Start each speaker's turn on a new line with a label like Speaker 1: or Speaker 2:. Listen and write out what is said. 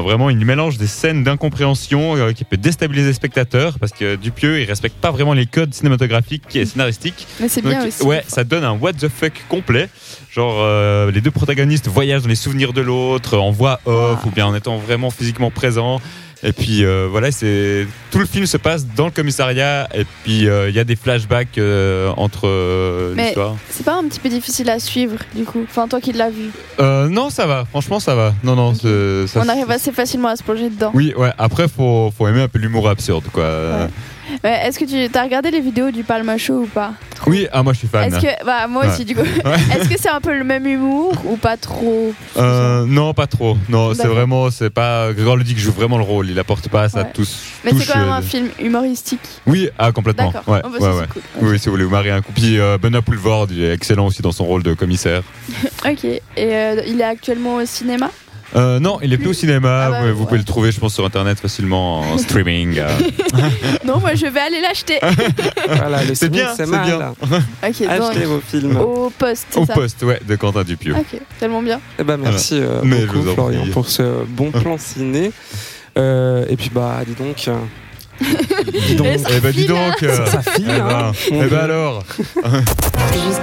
Speaker 1: Vraiment, il mélange des scènes d'incompréhension euh, qui peut déstabiliser les spectateurs parce que Dupieux, il respecte pas vraiment les codes cinématographiques et scénaristiques.
Speaker 2: Mais c'est bien
Speaker 1: Donc,
Speaker 2: aussi.
Speaker 1: ouais, ça donne un what the fuck complet. Genre, euh, les deux protagonistes voyagent dans les souvenirs de l'autre en voix off ou bien en étant vraiment physiquement présent. Et puis euh, voilà, c'est tout le film se passe dans le commissariat et puis euh, il y a des flashbacks euh, entre euh,
Speaker 2: Mais-
Speaker 1: l'histoire.
Speaker 2: C'est pas un petit peu difficile à suivre, du coup. Enfin, toi qui l'as vu,
Speaker 1: Euh, non, ça va. Franchement, ça va. Non, non, c'est- ça,
Speaker 2: on arrive assez facilement à se plonger dedans.
Speaker 1: Oui, ouais. Après, faut faut aimer un peu l'humour absurde, quoi.
Speaker 2: Ouais, Est-ce que tu as regardé les vidéos du Palma Show ou pas
Speaker 1: Oui, ah moi je suis fan.
Speaker 2: Est-ce que bah moi
Speaker 1: Ouais.
Speaker 2: aussi du coup. Est-ce que c'est un peu le même humour ou pas trop
Speaker 1: Euh, non, pas trop. Non, c'est
Speaker 2: D'accord.
Speaker 1: vraiment, c'est pas Grégoire Ludic joue vraiment le rôle. Il apporte pas ça
Speaker 2: Ouais.
Speaker 1: tous.
Speaker 2: Mais
Speaker 1: touche,
Speaker 2: c'est quand même
Speaker 1: euh,
Speaker 2: un film humoristique.
Speaker 1: Oui, ah complètement.
Speaker 2: D'accord.
Speaker 1: Ouais,
Speaker 2: Oh, bah,
Speaker 1: ouais,
Speaker 2: ça,
Speaker 1: ouais.
Speaker 2: c'est cool.
Speaker 1: Oui, oui, si vous voulez vous marier un coup. Puis euh, Benoît Poulvord, il est excellent aussi dans son rôle de commissaire.
Speaker 2: Ok. Et euh, il est actuellement au cinéma.
Speaker 1: Euh, non, il est plus au cinéma,
Speaker 2: Ah bah,
Speaker 1: mais vous
Speaker 2: ouais.
Speaker 1: pouvez le trouver, je pense, sur internet facilement en streaming. euh.
Speaker 2: non, moi je vais aller l'acheter.
Speaker 3: Voilà, le
Speaker 1: C'est
Speaker 3: signe,
Speaker 1: bien,
Speaker 3: c'est
Speaker 1: c'est
Speaker 3: mal.
Speaker 1: bien.
Speaker 2: Ok.
Speaker 3: Achetez
Speaker 2: donc,
Speaker 3: vos films.
Speaker 2: au poste. c'est
Speaker 1: Au
Speaker 2: ça Ah,
Speaker 1: poste, ouais, de Quentin Dupieux.
Speaker 2: Ok. Tellement bien.
Speaker 3: Eh ben, merci euh,
Speaker 1: Mais je
Speaker 3: beaucoup,
Speaker 1: vous en
Speaker 3: Florian,
Speaker 1: prie.
Speaker 3: pour ce bon plan ciné. Euh, et puis, bah, dis donc. euh, dis donc.
Speaker 2: Et ça
Speaker 1: Eh ben dis
Speaker 2: file, hein.
Speaker 1: donc. euh,
Speaker 3: Ça file,
Speaker 1: eh ben,
Speaker 3: hein.
Speaker 1: eh ben alors.
Speaker 4: Jusqu'à